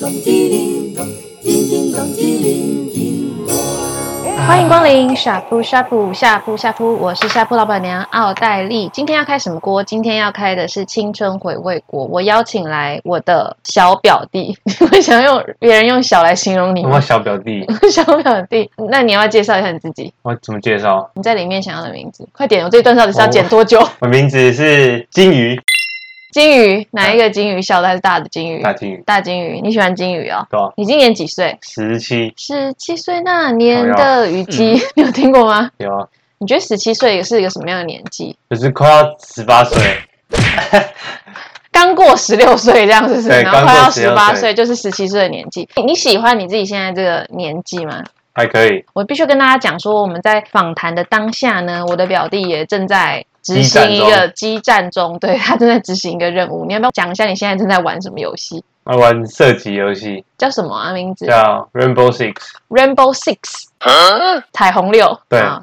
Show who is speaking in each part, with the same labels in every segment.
Speaker 1: 咚叮铃咚，叮叮咚叮铃叮咚。
Speaker 2: 欢迎光临下铺下铺下铺下铺，我是下铺老板娘奥黛丽。今天要开什么锅？今天要开的是青春回味锅。我邀请来我的小表弟， 你会想用别人用“小”来形容你
Speaker 3: 我
Speaker 2: 吗？
Speaker 3: 小表 弟，
Speaker 2: 小表弟，那你要不要介绍一下你自己？
Speaker 3: 我怎么介绍？
Speaker 2: 你在里面想要的名字？快点，我这一段到底是要
Speaker 3: 哦
Speaker 2: 剪多久？
Speaker 3: 我名字是金鱼，
Speaker 2: 金鱼，哪一个金鱼？小的还是大的金鱼？
Speaker 3: 大金鱼，
Speaker 2: 大金鱼，你喜欢金鱼哦？
Speaker 3: 对吧？
Speaker 2: 你今年几岁？
Speaker 3: 十七
Speaker 2: 十七岁那年的雨
Speaker 3: 嗯
Speaker 2: 季， 你有听过吗？
Speaker 3: 有啊，
Speaker 2: 你觉得十七岁是一个什么样的年纪？
Speaker 3: 就是快要十八岁，
Speaker 2: 刚过十六岁这样子是不是，
Speaker 3: 对
Speaker 2: 然后快要
Speaker 3: 刚过
Speaker 2: 十
Speaker 3: 16
Speaker 2: 八
Speaker 3: 岁
Speaker 2: 岁，就是十七岁的年纪。你喜欢你自己现在这个年纪吗？
Speaker 3: 还可以。
Speaker 2: 我必须跟大家讲说，我们在访谈的当下呢，我的表弟也正在执行一
Speaker 3: 激战
Speaker 2: 个激战中，对他正在执行一个任务。你要不要讲一下你现在正在玩什么游戏？
Speaker 3: 爱玩射击游戏
Speaker 2: 叫什么啊？名字
Speaker 3: 叫 Rainbow Six，
Speaker 2: Rainbow Six，彩虹六。
Speaker 3: 对
Speaker 2: 啊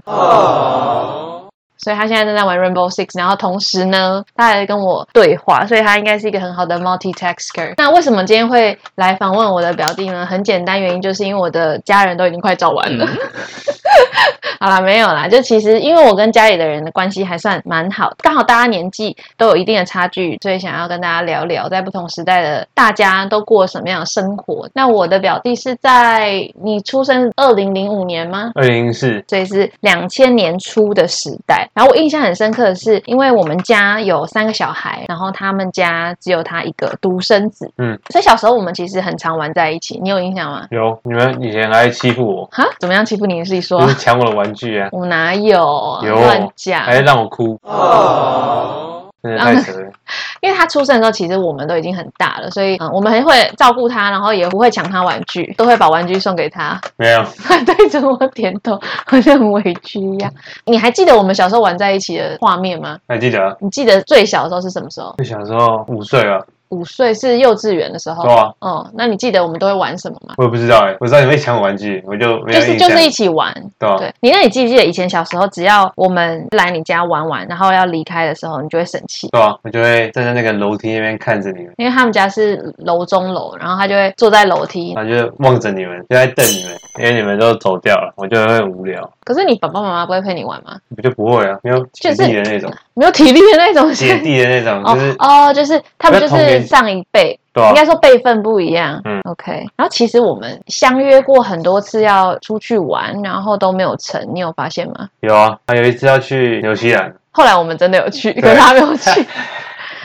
Speaker 2: 所以他现在正在玩 Rainbow Six，然后同时呢，他还跟我对话，所以他应该是一个很好的 multitasker。那为什么今天会来访问我的表弟呢？很简单，原因就是因为我的家人都已经快找完了。 好啦，没有啦，就其实因为我跟家里的人的关系还算蛮好，刚好大家年纪都有一定的差距，所以想要跟大家聊聊，在不同时代的大家都过什么样的生活。那我的表弟是在你出生二零零五年吗？
Speaker 3: 二零零四，
Speaker 2: 所以是两千年初的时代。然后我印象很深刻的是，因为我们家有三个小孩，然后他们家只有他一个独生子，
Speaker 3: 嗯，
Speaker 2: 所以小时候我们其实很常玩在一起。你有印象吗？
Speaker 3: 有你们以前还欺负我，
Speaker 2: 哈，怎么样欺负你？你自己说啊
Speaker 3: 就。是抢我的玩具啊，
Speaker 2: 我哪有
Speaker 3: 嗯有哎
Speaker 2: 乱讲？
Speaker 3: 还让我哭，
Speaker 2: 哦
Speaker 3: 真的太扯了。
Speaker 2: 因为他出生的时候，其实我们都已经很大了，所以、嗯、我们很会照顾他，然后也不会抢他玩具，都会把玩具送给他。
Speaker 3: 没有，
Speaker 2: 他对着我点头， 好像很委屈一样。你还记得我们小时候玩在一起的画面吗？
Speaker 3: 还记得
Speaker 2: 你记得最小的时候是什么时候？
Speaker 3: 就小时候五岁了，
Speaker 2: 五岁是幼稚园的时候。
Speaker 3: 对啊，
Speaker 2: 哦、那你记得我们都会玩什么吗？
Speaker 3: 我也不知道哎，我知道你们会抢我玩具，我就没
Speaker 2: 就
Speaker 3: 有哦
Speaker 2: 是
Speaker 3: 印
Speaker 2: 就
Speaker 3: 象，
Speaker 2: 是一起玩。
Speaker 3: 对吧？
Speaker 2: 对，你那你记不记得以前小时候，只要我们来你家玩玩，然后要离开的时候，你就会生气。
Speaker 3: 对啊，我就会站在那个楼梯那边看着你们，
Speaker 2: 因为他们家是楼中楼，然后他就会坐在楼梯。
Speaker 3: 然后就望着你们，就在瞪你们，因为你们都走掉了，我就会无聊，
Speaker 2: 可是你爸爸妈妈不会陪你玩吗？
Speaker 3: 我就不会啊，没有姐弟的那种，
Speaker 2: 没有体力的那 种
Speaker 3: 姐
Speaker 2: 是。
Speaker 3: 弟的那种，
Speaker 2: 哦
Speaker 3: 就是、
Speaker 2: 哦，就是他们就
Speaker 3: 比较童
Speaker 2: 是
Speaker 3: 年
Speaker 2: 上一辈，
Speaker 3: 对啊
Speaker 2: 应，该说辈分不一样。
Speaker 3: 嗯
Speaker 2: ，OK。然后其实我们相约过很多次要出去玩，然后都没有成，你有发现吗？
Speaker 3: 有啊，他有一次要去纽西兰，
Speaker 2: 后来我们真的有去，可
Speaker 3: 对
Speaker 2: 是他没有 去。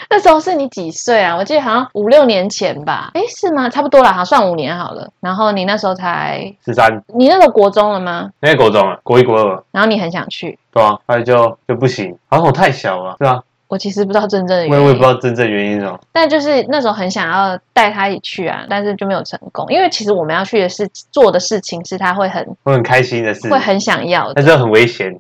Speaker 2: 那时候是你几岁啊？我记得好像五六年前吧，诶，是吗？差不多了，好算五年好了。然后你那时候才，
Speaker 3: 十三，
Speaker 2: 你那时候国中了吗？
Speaker 3: 那个国中啊，国一国二，
Speaker 2: 然后你很想去，
Speaker 3: 对啊，后来就就不行，好像我太小了，对啊，
Speaker 2: 我其实不知道真正的
Speaker 3: 我
Speaker 2: 原
Speaker 3: 也
Speaker 2: 因，
Speaker 3: 我也不知道真正原因是什么，
Speaker 2: 但就是那时候很想要带他一起去啊，但是就没有成功，因为其实我们要去的是做的事情是他会很
Speaker 3: 我很开心的事
Speaker 2: 会，很想要的。
Speaker 3: 但是很危险，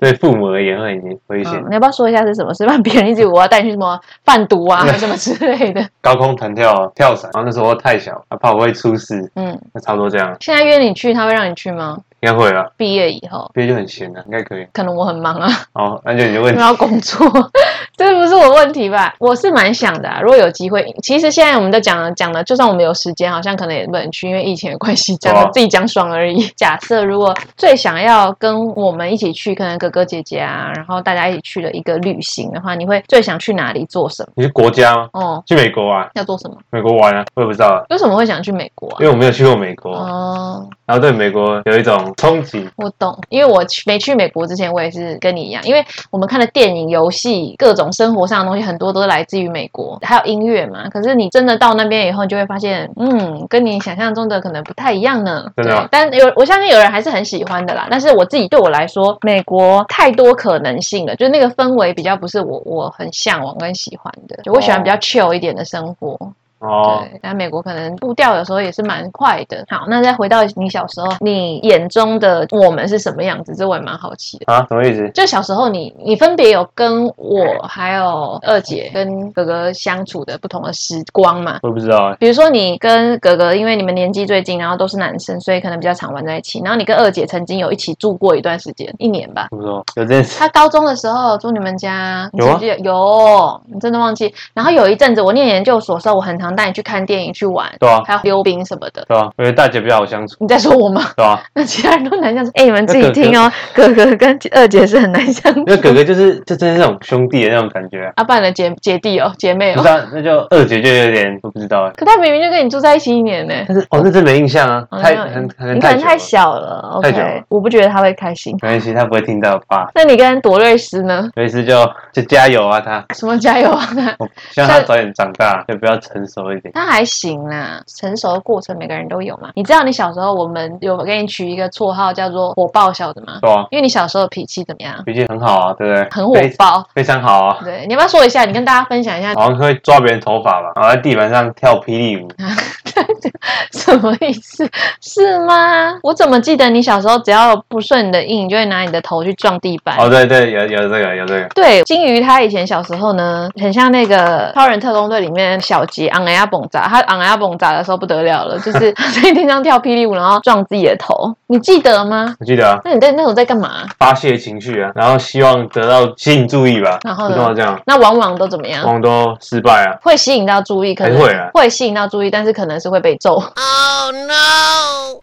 Speaker 3: 对父母而言会很危险，
Speaker 2: 嗯，你要不要说一下是什么事？不然别人一直以为我要带你去什么贩毒啊，什么之类的。
Speaker 3: 高空弹跳啊，跳伞，然后那时候太小，他怕我会出事，
Speaker 2: 嗯，
Speaker 3: 那差不多这样，
Speaker 2: 现在约你去，他会让你去吗？
Speaker 3: 应该会了，
Speaker 2: 毕业以后，
Speaker 3: 毕业就很闲了，应该可以，
Speaker 2: 可能我很忙啊。
Speaker 3: 好，那就你的问
Speaker 2: 因
Speaker 3: 题
Speaker 2: 为，要工作， 这不是我问题吧？我是蛮想的、啊，如果有机会，其实现在我们都讲了讲了，就算我们有时间，好像可能也不能去，因为疫情的关系，讲
Speaker 3: 对
Speaker 2: 的
Speaker 3: 啊
Speaker 2: 自己讲爽而已。假设如果最想要跟我们一起去，可能哥哥姐姐啊，然后大家一起去的一个旅行的话，你会最想去哪里做什么？
Speaker 3: 你是国家吗？
Speaker 2: 哦，
Speaker 3: 去美国啊，
Speaker 2: 要做什么？
Speaker 3: 美国玩啊，我也不知道啊，
Speaker 2: 为什么会想去美国啊
Speaker 3: 因？为我没有去过美国，
Speaker 2: 哦，
Speaker 3: 然后对美国有一种憧憬。
Speaker 2: 我懂，因为我去没去美国之前，我也是跟你一样，因为我们看的电影、游戏、各种生活上的东西，很多都来自于美国，还有音乐嘛。可是你真的到那边以后，你就会发现，嗯，跟你想象中的可能不太一样呢。
Speaker 3: 真的啊
Speaker 2: 对，但有我相信有人还是很喜欢的啦。但是我自己对我来说，美国太多可能性了，就是那个氛围比较不是我我很向往跟喜欢的，就我喜欢比较 chill 一点的生活。
Speaker 3: 哦，
Speaker 2: 对，但美国可能步调有时候也是蛮快的。好，那再回到你小时候，你眼中的我们是什么样子？这我也蛮好奇的。
Speaker 3: 啊，什么意思？
Speaker 2: 就小时候你，你分别有跟我还有二姐跟哥哥相处的不同的时光嘛？
Speaker 3: 我也不知道啊。
Speaker 2: 比如说你跟哥哥，因为你们年纪最近，然后都是男生，所以可能比较常玩在一起。然后你跟二姐曾经有一起住过一段时间，一年吧。
Speaker 3: 怎么说？有这件事？
Speaker 2: 他高中的时候住你们家，你
Speaker 3: 有啊
Speaker 2: 记不记得有，你真的忘记。然后有一阵子我念研究所的时候，我很常常带你去看电影、去玩，
Speaker 3: 对啊，
Speaker 2: 还有溜冰什么的。
Speaker 3: 对啊，我觉得大姐比较好相处，
Speaker 2: 你在说我吗？
Speaker 3: 对啊，
Speaker 2: 那其他人都难相处。哎、你们自己听哦，哥哥跟二姐是很难相处。
Speaker 3: 因为哥哥就是就真的是那种兄弟的那种感觉啊、
Speaker 2: 阿爸的姐姐弟哦，姐妹
Speaker 3: 不
Speaker 2: 哦
Speaker 3: 知，道，那就二姐就有点我不知道，啊
Speaker 2: 可他明明就跟你住在一起一年呢。
Speaker 3: 但是哦，那真没印象啊，
Speaker 2: 哦
Speaker 3: 太
Speaker 2: 那
Speaker 3: 很很
Speaker 2: 你可能
Speaker 3: 久
Speaker 2: 太
Speaker 3: 了，
Speaker 2: 小了
Speaker 3: 太久了
Speaker 2: ，OK，我不觉得他会开心。
Speaker 3: 没关系，他不会听到吧？
Speaker 2: 那你跟朵瑞斯呢？
Speaker 3: 没事就就加油啊，他，
Speaker 2: 什么加油 啊？
Speaker 3: 我希望他早点长大，就比较成熟一点。
Speaker 2: 他还行啦，成熟的过程每个人都有嘛。你知道你小时候我们有给你取一个绰号叫做“火爆小子”吗？
Speaker 3: 对啊，
Speaker 2: 因为你小时候的脾气怎么样？
Speaker 3: 毕竟很好啊，对不对？
Speaker 2: 很火
Speaker 3: 非
Speaker 2: 爆。
Speaker 3: 非常好啊，
Speaker 2: 对，你要不要说一下？你跟大家分享一下
Speaker 3: 好像会抓别人头发吧，然啊后在地板上跳霹雳舞。
Speaker 2: 什么意思？是吗？我怎么记得你小时候只要不顺你的意，你就会拿你的头去撞地板？
Speaker 3: 哦，对对，有有这个有这个，
Speaker 2: 对，金鱼他以前小时候呢，很像那个《超人特工队》里面小杰昂呀蹦扎，他昂呀蹦扎的时候不得了 了，就是他在地上跳霹雳舞，然后撞自己的头，你记得吗？
Speaker 3: 我记得啊，
Speaker 2: 那你在那时候在干嘛？
Speaker 3: 发泄情绪啊，然后希望得到吸引注意吧，
Speaker 2: 然后呢
Speaker 3: 就这么这样，
Speaker 2: 那往往都怎么样？
Speaker 3: 往往都失败啊，
Speaker 2: 会吸引到注意，可能
Speaker 3: 还会啊
Speaker 2: 吸引到注意，但是可能是会被揍，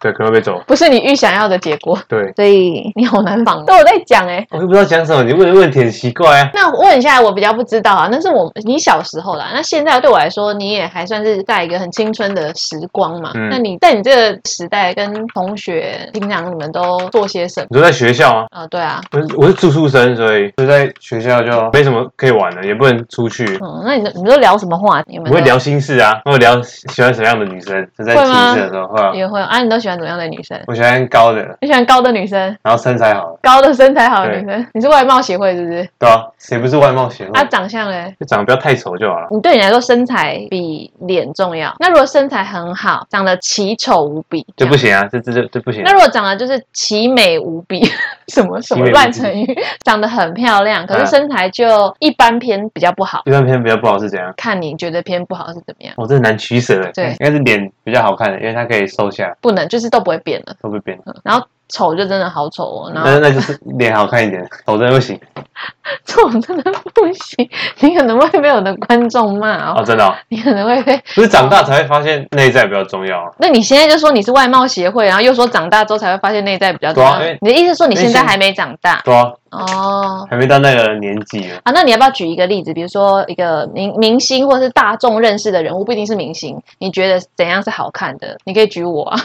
Speaker 3: 对，可能会被走，
Speaker 2: 不是你预想要的结果。
Speaker 3: 对，
Speaker 2: 所 以你好难防，都我在讲哎、
Speaker 3: 我也不知道讲什么，你问的问题很奇怪啊，
Speaker 2: 那我问一下，我比较不知道啊，那是我你小时候啦，那现在对我来说，你也还算是在一个很青春的时光嘛。
Speaker 3: 嗯
Speaker 2: 那你在你这个时代跟同学，平常你们都做些什么？
Speaker 3: 你说在学校啊。
Speaker 2: 啊、对啊，
Speaker 3: 我是我是住宿生，所以就在学校就没什么可以玩的，也不能出去。
Speaker 2: 嗯，那你们你们都聊什么话？你们
Speaker 3: 我会
Speaker 2: 都
Speaker 3: 聊心事啊，我会聊喜欢什么样的女生，就在
Speaker 2: 会
Speaker 3: 寝
Speaker 2: 吗
Speaker 3: 室的时候，会啊
Speaker 2: 约会啊？你都喜欢怎么样的女生？
Speaker 3: 我喜欢高的，
Speaker 2: 你喜欢高的女生，
Speaker 3: 然后身材好的，
Speaker 2: 高的身材好的
Speaker 3: 对
Speaker 2: 女生？你是外貌协会是不是？
Speaker 3: 对啊，谁不是外貌协会？
Speaker 2: 啊，长相嘞？
Speaker 3: 就长得不要太丑就好了。
Speaker 2: 你对你来说身材比脸重要。那如果身材很好，长得奇丑无比，
Speaker 3: 这不行啊，这这这这不行
Speaker 2: 那。如果长得就是奇美无比， 什么什
Speaker 3: 奇
Speaker 2: 么
Speaker 3: 美无比
Speaker 2: 乱成语，长得很漂亮，可是
Speaker 3: 嗯
Speaker 2: 身材就一般偏比较不好。
Speaker 3: 预算片比较不好是怎样？
Speaker 2: 看你觉得偏不好是怎么样？
Speaker 3: 我、真的难取舍欸。
Speaker 2: 对
Speaker 3: 应该是脸比较好看的，因为它可以瘦下来，
Speaker 2: 不能，就是都不会变了。
Speaker 3: 都不会变。
Speaker 2: 嗯然后丑就真的好丑哦，然
Speaker 3: 但是
Speaker 2: 后
Speaker 3: 那就是脸好看一点，丑真的不行
Speaker 2: 丑真的不行，你可能会被我的观众骂
Speaker 3: 哦，
Speaker 2: 哦，
Speaker 3: 真的、哦。
Speaker 2: 你可能会被。
Speaker 3: 不是长大才会发现内在比较重要、啊。
Speaker 2: 那你现在就说你是外貌协会，然后又说长大之后才会发现内在比较重要
Speaker 3: 对啊因为。
Speaker 2: 你的意思是说你现在还没长大
Speaker 3: 对啊，
Speaker 2: 哦？
Speaker 3: 还没到那个年纪 啊。
Speaker 2: 啊，那你要不要举一个例子？比如说一个明明星，或是大众认识的人物，不一定是明星。你觉得怎样是好看的？你可以举我啊，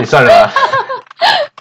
Speaker 3: 你算了吧，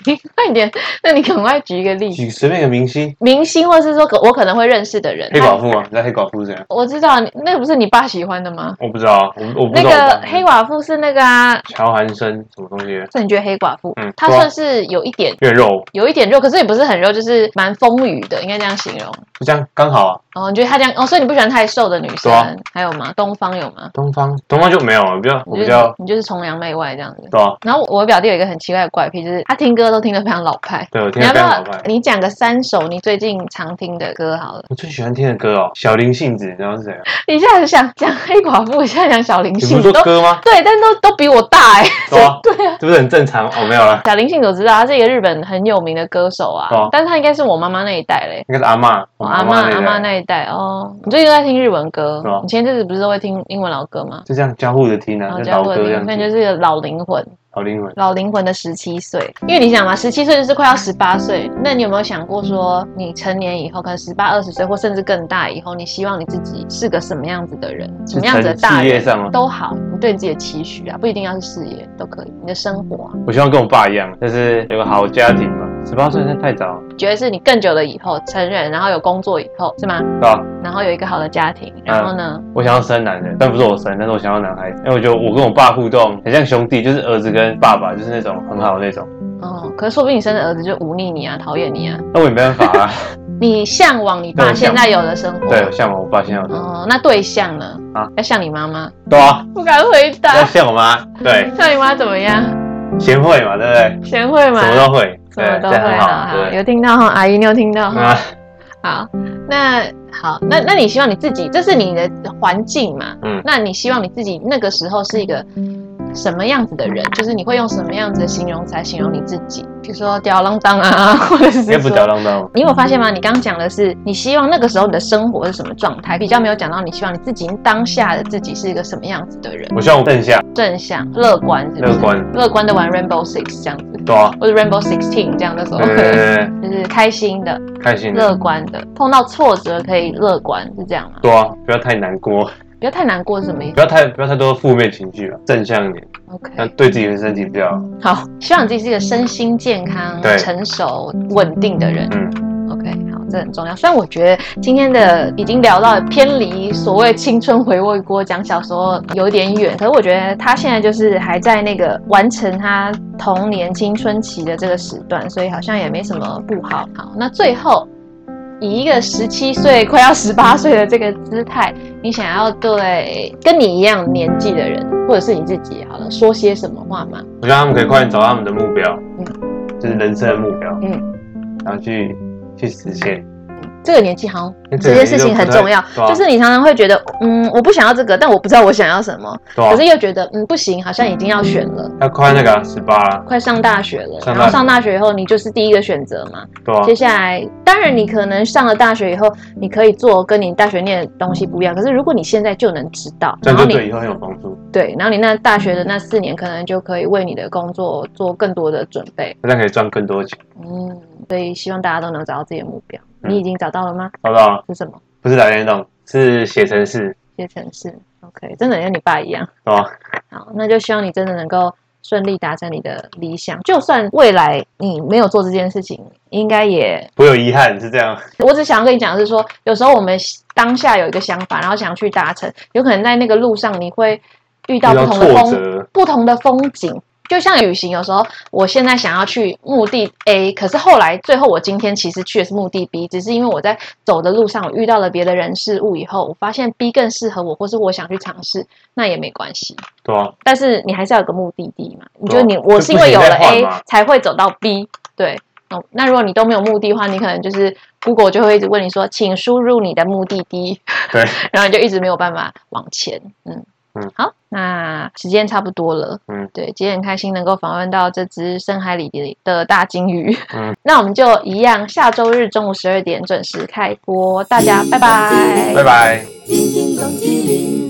Speaker 2: 你快点，那你赶快举一个例子。
Speaker 3: 举随便一个明星，
Speaker 2: 明星，或是说可我可能会认识的人。
Speaker 3: 黑寡妇 啊，你知道黑寡妇是怎样？
Speaker 2: 我知道，那个不是你爸喜欢的吗？
Speaker 3: 我不知道，啊我我不
Speaker 2: 那
Speaker 3: 知道我爸
Speaker 2: 个
Speaker 3: 妈。
Speaker 2: 黑寡妇是那个啊，
Speaker 3: 乔韩生什么东西的？
Speaker 2: 那你觉得黑寡妇，
Speaker 3: 嗯
Speaker 2: 她
Speaker 3: 对啊
Speaker 2: 算是有一点
Speaker 3: 越肉，
Speaker 2: 有一点肉，可是也不是很肉，就是蛮丰腴的，应该这样形容。
Speaker 3: 就这样刚好啊。
Speaker 2: 哦，你觉得她这样哦，所以你不喜欢太瘦的女生？
Speaker 3: 对啊
Speaker 2: 还有吗？东方有吗？
Speaker 3: 东方，东方就没有，我比较我
Speaker 2: 你
Speaker 3: 比
Speaker 2: 就是
Speaker 3: 较
Speaker 2: 你就是崇洋媚外这样子。
Speaker 3: 对啊，
Speaker 2: 然后我我表弟有一个很奇怪的怪癖，就是他听歌都听得非常老派。
Speaker 3: 对我听
Speaker 2: 你要
Speaker 3: 得非
Speaker 2: 不
Speaker 3: 常
Speaker 2: 要
Speaker 3: 好派。
Speaker 2: 你讲个三首你最近常听的歌好了？
Speaker 3: 我最喜欢听的歌哦，小林幸子，你知道是谁啊？
Speaker 2: 你现在想讲黑寡妇，现在讲小林
Speaker 3: 你
Speaker 2: 幸
Speaker 3: 不
Speaker 2: 子
Speaker 3: 是
Speaker 2: 都
Speaker 3: 说歌 吗？
Speaker 2: 对，但都都比我大哎、欸。
Speaker 3: 对啊
Speaker 2: 对啊。
Speaker 3: 这不是很正常？哦，没有啦，
Speaker 2: 小林幸子我知道，他是一个日本很有名的歌手啊，
Speaker 3: 对啊
Speaker 2: 但是他应该是我妈妈那一代嘞。
Speaker 3: 应该是阿嬷，
Speaker 2: 我
Speaker 3: 我
Speaker 2: 哦
Speaker 3: 们
Speaker 2: 阿妈
Speaker 3: 嬷
Speaker 2: 阿妈
Speaker 3: 那一代，
Speaker 2: 那一代哦，你最近都在听日文歌
Speaker 3: 对啊，
Speaker 2: 你前阵子不是都会听英文老歌吗？
Speaker 3: 就这样交互着听
Speaker 2: 然
Speaker 3: 啊，
Speaker 2: 后
Speaker 3: 就
Speaker 2: 叫
Speaker 3: 老
Speaker 2: 做
Speaker 3: 歌这样
Speaker 2: 那就
Speaker 3: 子，
Speaker 2: 是个老灵魂。
Speaker 3: 老灵魂。
Speaker 2: 老灵魂的十七岁，因为你想嘛，十七岁就是快要十八岁。那你有没有想过说，你成年以后，可能十八、二十岁，或甚至更大以后，你希望你自己是个什么样子的人，什么样子的大
Speaker 3: 事业
Speaker 2: 人
Speaker 3: 上吗？
Speaker 2: 都好，你对你自己的期许啊，不一定要是事业，都可以。你的生活、啊，
Speaker 3: 我希望跟我爸一样，就是有个好家庭吧。十八岁那太早了，
Speaker 2: 觉得是你更久了以后成人，然后有工作以后，是吗？
Speaker 3: 对吧？
Speaker 2: 然后有一个好的家庭，
Speaker 3: 嗯
Speaker 2: 然后呢，
Speaker 3: 我想要生男人，但不是我生，但是我想要男孩子，因哎为我觉得我跟我爸互动很像兄弟，就是儿子跟爸爸，就是那种很好的那种。
Speaker 2: 哦，可是说不定你生的儿子就忤逆你啊，讨厌你啊，
Speaker 3: 那我也没办法 啊，
Speaker 2: 你向往你爸
Speaker 3: 对
Speaker 2: 现在有的生活，
Speaker 3: 对，像我爸现在有的，
Speaker 2: 哦，那对象呢？
Speaker 3: 啊
Speaker 2: 要像你妈妈。
Speaker 3: 对啊，
Speaker 2: 不敢回
Speaker 3: 要
Speaker 2: 答。
Speaker 3: 像我妈，对，
Speaker 2: 那你妈怎么样？
Speaker 3: 贤惠嘛，对不对？
Speaker 2: 贤惠吗？
Speaker 3: 什么都会，
Speaker 2: 啊什
Speaker 3: 对，
Speaker 2: 么都
Speaker 3: 这样
Speaker 2: 会
Speaker 3: 很
Speaker 2: 好
Speaker 3: 好，
Speaker 2: 好，
Speaker 3: 对。
Speaker 2: 有听到哈，阿姨你有听到哈
Speaker 3: 啊，。
Speaker 2: 好，那好，那那你希望你自己，这是你的环境嘛？
Speaker 3: 嗯
Speaker 2: 那你希望你自己那个时候是一个什么样子的人？就是你会用什么样子的形容词来形容你自己？比如说吊儿郎当啊， 或者是
Speaker 3: 应该不
Speaker 2: 说。
Speaker 3: 吊儿郎当。
Speaker 2: 你有发现吗？你刚刚讲的是你希望那个时候你的生活是什么状态，比较没有讲到你希望你自己当下的自己是一个什么样子的人，
Speaker 3: 我希望我更下
Speaker 2: 正向、乐观是不是，
Speaker 3: 乐观
Speaker 2: 乐观的玩 Rainbow Six 这样子，
Speaker 3: 对啊，
Speaker 2: 或者 Rainbow Sixteen 这样的时候，
Speaker 3: 对对对对
Speaker 2: 就是开心的、
Speaker 3: 对，开心
Speaker 2: 乐
Speaker 3: 的，
Speaker 2: 观的，碰到挫折可以乐观，是这样吗？
Speaker 3: 对啊，不要太难过，
Speaker 2: 不要太难过是什么意
Speaker 3: 不
Speaker 2: 思
Speaker 3: 要太不要太多负面情绪了，正向一点，
Speaker 2: ？OK，
Speaker 3: 那对自己的身体比较好。
Speaker 2: 好，希望你自己是一个身心健康、
Speaker 3: 对
Speaker 2: 成熟、稳定的人。
Speaker 3: 嗯
Speaker 2: ，OK，好，这很重要。虽然我觉得今天的已经聊到偏离所谓青春回味锅讲小时候有点远，可是我觉得他现在就是还在那个完成他童年青春期的这个时段，所以好像也没什么不好。好，那最后。以一个十七岁快要十八岁的这个姿态，你想要对跟你一样年纪的人，或者是你自己好了，说些什么话吗？
Speaker 3: 我希望他们可以快点找到他们的目标，就是人生的目标，
Speaker 2: 嗯，
Speaker 3: 然后去去实现。
Speaker 2: 这个年纪好像这件
Speaker 3: 这个年纪
Speaker 2: 事情很重要
Speaker 3: 就不太对，啊
Speaker 2: 就是你常常会觉得，嗯，我不想要这个，但我不知道我想要什么，
Speaker 3: 对啊
Speaker 2: 可是，又觉得，嗯，不行，好像已经要选了，
Speaker 3: 要快那个十八啊了，
Speaker 2: 快上大学了，
Speaker 3: 上大
Speaker 2: 然后上大学以后你就是第一个选择嘛。
Speaker 3: 对啊，
Speaker 2: 接下来，当然你可能上了大学以后，你可以做跟你大学念的东西不一样，可是如果你现在就能知道，
Speaker 3: 这
Speaker 2: 然
Speaker 3: 样
Speaker 2: 后
Speaker 3: 就
Speaker 2: 你
Speaker 3: 对以后很有帮助。
Speaker 2: 对，然后你那大学的那四年可能就可以为你的工作做更多的准备，
Speaker 3: 这样可以赚更多钱，
Speaker 2: 嗯，所以希望大家都能找到自己的目标。
Speaker 3: 嗯
Speaker 2: 你已经找到了吗？
Speaker 3: 好不好？
Speaker 2: 是什么？
Speaker 3: 不是打电动，是写程式，
Speaker 2: 写程式，OK，真的跟你爸一样。
Speaker 3: 对吧？
Speaker 2: 好，那就希望你真的能够顺利达成你的理想。就算未来你没有做这件事情，应该也，
Speaker 3: 不会有遗憾，是这样。
Speaker 2: 我只想要跟你讲的是说，有时候我们当下有一个想法，然后想去达成，有可能在那个路上你会遇到
Speaker 3: 遇
Speaker 2: 不
Speaker 3: 到
Speaker 2: 同的
Speaker 3: 挫
Speaker 2: 风
Speaker 3: 折，
Speaker 2: 不同的风景。就像旅行，有时候我现在想要去目的 A，可是后来最后我今天其实去的是目的 B，只是因为我在走的路上我遇到了别的人事物以后，我发现 B 更适合我，或是我想去尝试，那也没关系。
Speaker 3: 对啊，
Speaker 2: 但是你还是要有个目的地嘛。你觉
Speaker 3: 对啊
Speaker 2: 得你我
Speaker 3: 就是
Speaker 2: 因为有了
Speaker 3: 不停地
Speaker 2: A
Speaker 3: 换嘛
Speaker 2: 才会走到 B，对。哦，那如果你都没有目的的话，你可能就是 Google 就会一直问你说，请输入你的目的地，
Speaker 3: 对，
Speaker 2: 然后你就一直没有办法往前。嗯
Speaker 3: 嗯，
Speaker 2: 好，那时间差不多了。
Speaker 3: 嗯，
Speaker 2: 对，今天很开心能够访问到这只深海里的的大金鱼。
Speaker 3: 嗯，
Speaker 2: 那我们就一样，下周日中午十二点准时开播，大家拜拜。
Speaker 3: 拜拜。
Speaker 1: 叮叮咚，叮铃。